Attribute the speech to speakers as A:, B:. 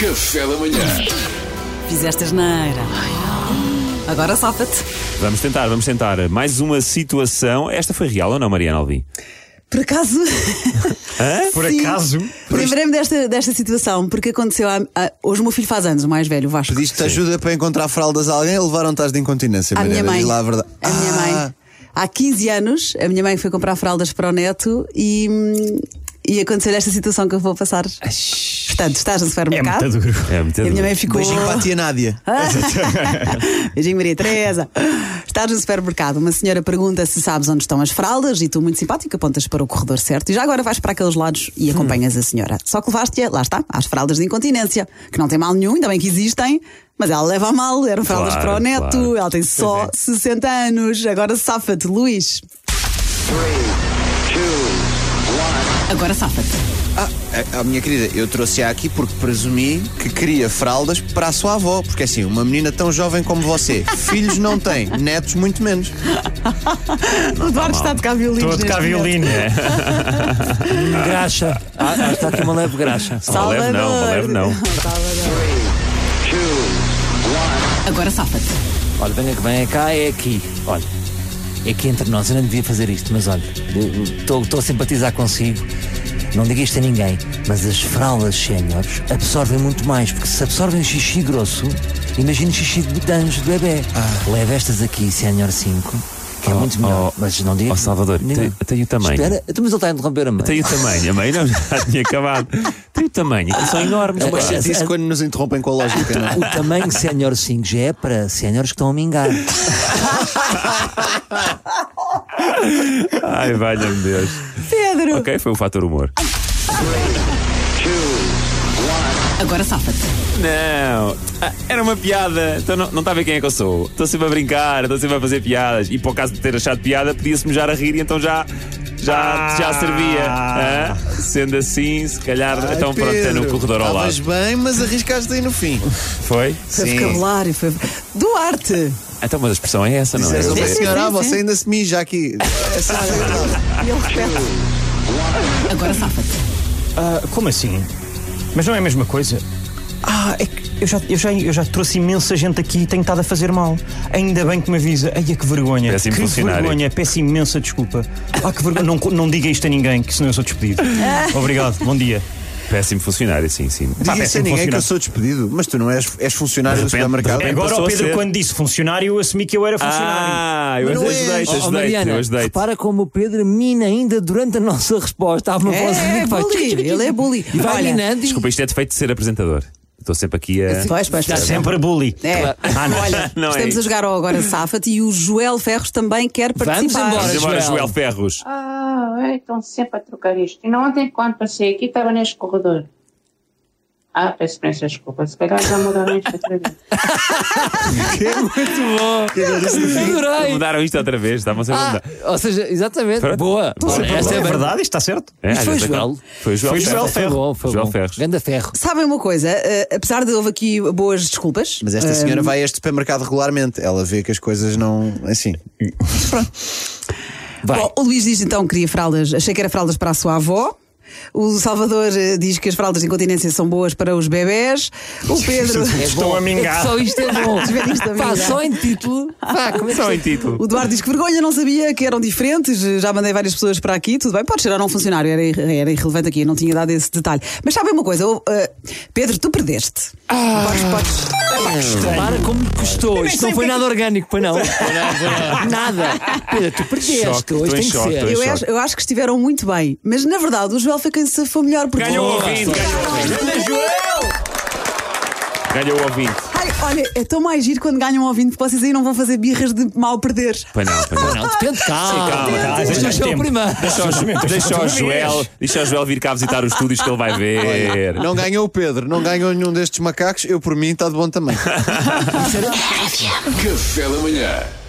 A: Café da manhã.
B: Fizeste asneira. Agora safa-te.
C: Vamos tentar, vamos tentar. Mais uma situação. Esta foi real ou não, Mariana Alvim?
B: Por acaso.
C: Hã?
D: Por
B: Sim.
D: acaso?
B: Lembrei-me desta, desta situação, porque aconteceu. há- há- hoje o meu filho faz anos, o mais velho, o Vasco.
E: Pediste ajuda para encontrar fraldas a alguém, levaram-te às de incontinência.
B: À minha
E: Mariana,
B: mãe.
E: é, diz lá a verdade. Ah,
B: A minha mãe. Há 15 anos, a minha mãe foi comprar fraldas para o neto e. hum, E aconteceu esta situação que eu vou passar. Portanto, estás no
D: É
B: supermercado.
D: muito duro.
C: É muito
B: E a minha
C: duro.
B: mãe ficou.
E: um Beijinho para a tia Nádia.
B: Ah. Beijinho, Maria Teresa. Estás no supermercado, uma senhora pergunta se sabes onde estão as fraldas e tu, muito simpática, apontas para o corredor certo e já agora vais para aqueles lados e
D: Hum.
B: acompanhas a senhora. Só que levaste-a, lá está, às fraldas de incontinência, que não tem mal nenhum, ainda bem que existem, mas ela leva a mal, eram fraldas
C: Claro,
B: para o neto,
C: claro.
B: ela tem
D: é.
B: só 60 anos, agora safa-te, Luís. Agora safa-te.
E: Ah, a, a minha querida, eu trouxe-a aqui porque presumi que queria fraldas para a sua avó. Porque assim, uma menina tão jovem como você, filhos não tem, netos muito menos.
B: O Eduardo está a tocar violino.
D: Tá Estou a tocar violino.
F: Graxa. Ah, ah, está aqui uma leve graxa.
C: Uma leve não, uma leve não.
B: Agora safa-te.
F: Olha, venha que vem, é cá, é aqui. Olha, é que entre nós, eu não devia fazer isto, mas olha, estou a simpatizar consigo. Não diga isto a ninguém, mas as fraldas séniores absorvem muito mais, porque se absorvem xixi grosso, imagina xixi de anjo de bebê. Leva estas aqui, sénior 5, que é muito melhor.
C: Ah. oh,
F: mas não diga.
C: oh, Salvador,
F: Ninguém.
C: tem- tem o tamanho.
F: Espera, então, mas ele está a interromper a mãe.
C: Tem o tamanho. A mãe não já tinha acabado. Tem o tamanho. Aqui são enormes.
F: É uma
C: pá.
F: chatice.
E: Disse quando nos interrompem com a lógica, não é?
F: O tamanho sénior 5 já é para séniores que estão a mingar.
C: Ai, valha-me Deus.
B: Pedro,
C: Ok, foi o fator humor.
B: agora safa-te.
C: Não, Ah, era uma piada. Então não, não está a ver quem é que eu sou. Estou sempre a brincar, estou sempre a fazer piadas. E por acaso de ter achado piada, podia-se mejar a rir e então já. Já, já servia.
D: Ah.
C: Hã? Sendo assim, se calhar.
E: Ai,
C: então pronto, é no
E: Pedro,
C: corredor ao
E: estavas
C: lado.
E: bem, mas arriscaste aí no fim.
C: Foi?
B: Foi
E: Sim.
B: vocabulário, foi. Duarte!
C: Então, mas a expressão é essa, não é?
E: Disseste
C: Eu
E: uma
C: sei.
E: senhora,
B: sim,
E: ah,
B: sim.
E: você ainda se mija aqui. Essa foi a frase.
B: E ele repete. Agora safa-te.
D: Ah, como assim? Mas não é a mesma coisa? Ah, é que eu já, eu, já, eu já trouxe imensa gente aqui e tenho estado a fazer mal. Ainda bem que me avisa. Ai, é que vergonha.
C: Péssimo
D: que
C: funcionário.
D: vergonha. Peço imensa desculpa. Ah, que vergonha. Não, co- não diga isto a ninguém, que senão eu sou despedido. Obrigado. Bom dia.
C: Péssimo funcionário, sim, sim.
D: Pá,
E: Diga isso a
D: péssimo
E: ninguém que eu
D: funcionário.
E: sou despedido, mas tu não és, és funcionário
C: De repente,
E: do supermercado.
C: de repente.
D: Agora,
C: passou
D: o
C: a
D: Pedro,
C: ser.
D: quando disse funcionário, eu assumi que eu era funcionário.
C: Ah, eu
E: Mas não é.
C: ajudei-te,
E: Oh,
F: Oh,
C: ajudei-te, eu
F: Mariana,
C: ajudei-te.
F: repara como o Pedro é mina ainda durante a nossa resposta. Há uma voz
B: É, é
F: que faz...
B: bully, ele é bully.
F: E vai
B: Olha,
F: minando e-
C: Desculpa, isto é defeito de ser apresentador. Estou sempre aqui a.
B: Pois, pois,
D: Está
B: pois.
D: sempre bully.
B: tá É.
D: Ah, não.
B: Olha,
C: Não é
B: estamos
C: isso.
B: a jogar ao Agora Safa-te e o Joel Ferros também quer participar.
C: Vamos
F: embora.
C: embora,
F: Joel.
C: Joel Ferros.
G: Ah, é, estão sempre a trocar isto. E não ontem, quando passei aqui, estava neste corredor. Ah, peço imensa desculpa. Se calhar já mudaram isto outra vez.
F: Adorei.
C: Mudaram isto outra vez, um estavam sempre a
F: Ah,
C: mudar.
F: ou seja, exatamente.
C: Pronto.
F: Boa. Ora, esta
D: É
F: é bem-
D: verdade, isto está certo?
C: É,
F: Isto
C: às
F: foi
C: vezes
F: Joel.
C: acaba- Foi Joel
D: Foi
C: Ferro.
D: Joel Ferro.
F: Foi bom, foi
C: Joel
F: bom.
C: Ferros.
F: Ganda ferro.
B: Sabem uma coisa, eh, apesar de houve aqui boas desculpas,
E: Mas esta
B: eh,
E: senhora vai a este supermercado regularmente. Ela vê que as coisas não. Assim.
F: Vai.
B: bom, o Luís diz então que queria fraldas, achei que era fraldas para a sua avó. O Salvador eh, diz que as fraldas de incontinência são boas para os bebés. O Pedro.
F: É
D: Estou
F: bom.
D: a mingar.
F: É que Só isto é bom.
B: velhinhos da
F: Pá,
B: minga.
F: só em título. Pá, como é que
C: Só
F: isto é-
C: em título.
B: O Duarte diz que vergonha, não sabia que eram diferentes. Já mandei várias pessoas para aqui, tudo bem, pode ser ou não funcionário, era, irre- era irrelevante aqui, eu não tinha dado esse detalhe. Mas sabe uma coisa, eu, eh, Pedro, tu perdeste. Podes, podes.
F: Repara como me custou. Isto não foi nada orgânico, pois não? Nada. Pedro, tu
C: Choque,
F: perdeste.
C: estou
F: Hoje
C: em
F: tem que
C: choque, estou em
F: ser.
B: Eu,
C: choque.
B: acho, eu acho que estiveram muito bem, mas na verdade o Joel foi quem se safou melhor porque.
C: Ganhou o
B: Boa.
C: ouvinte, ganhou o ouvinte. Ganhou o ouvinte.
B: Ai, olha, é tão mais giro quando ganham um ouvinte que vocês aí não vão fazer birras de mal perder.
C: Pois não, pois não.
F: Não, depende, calma.
C: calma, calma,
F: Depende.
D: deixa-me
F: Este é o
D: tempo.
F: primeiro.
C: Deixa o
D: Outra
C: Joel,
D: vez.
C: deixa o Joel vir cá visitar os estúdios que ele vai ver.
E: Não ganhou o Pedro, não ganhou nenhum destes macacos. Eu, por mim, está de bom também.
A: Café da manhã.